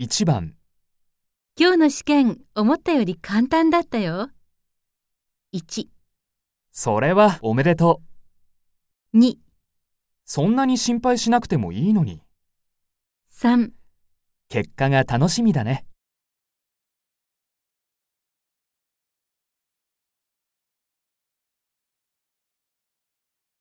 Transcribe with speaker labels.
Speaker 1: 1番、
Speaker 2: 今日の試験、思ったより簡単だったよ。1、
Speaker 1: それはおめでとう。
Speaker 2: 2、
Speaker 1: そんなに心配しなくてもいいのに、
Speaker 2: 3
Speaker 1: 結果が楽しみだね。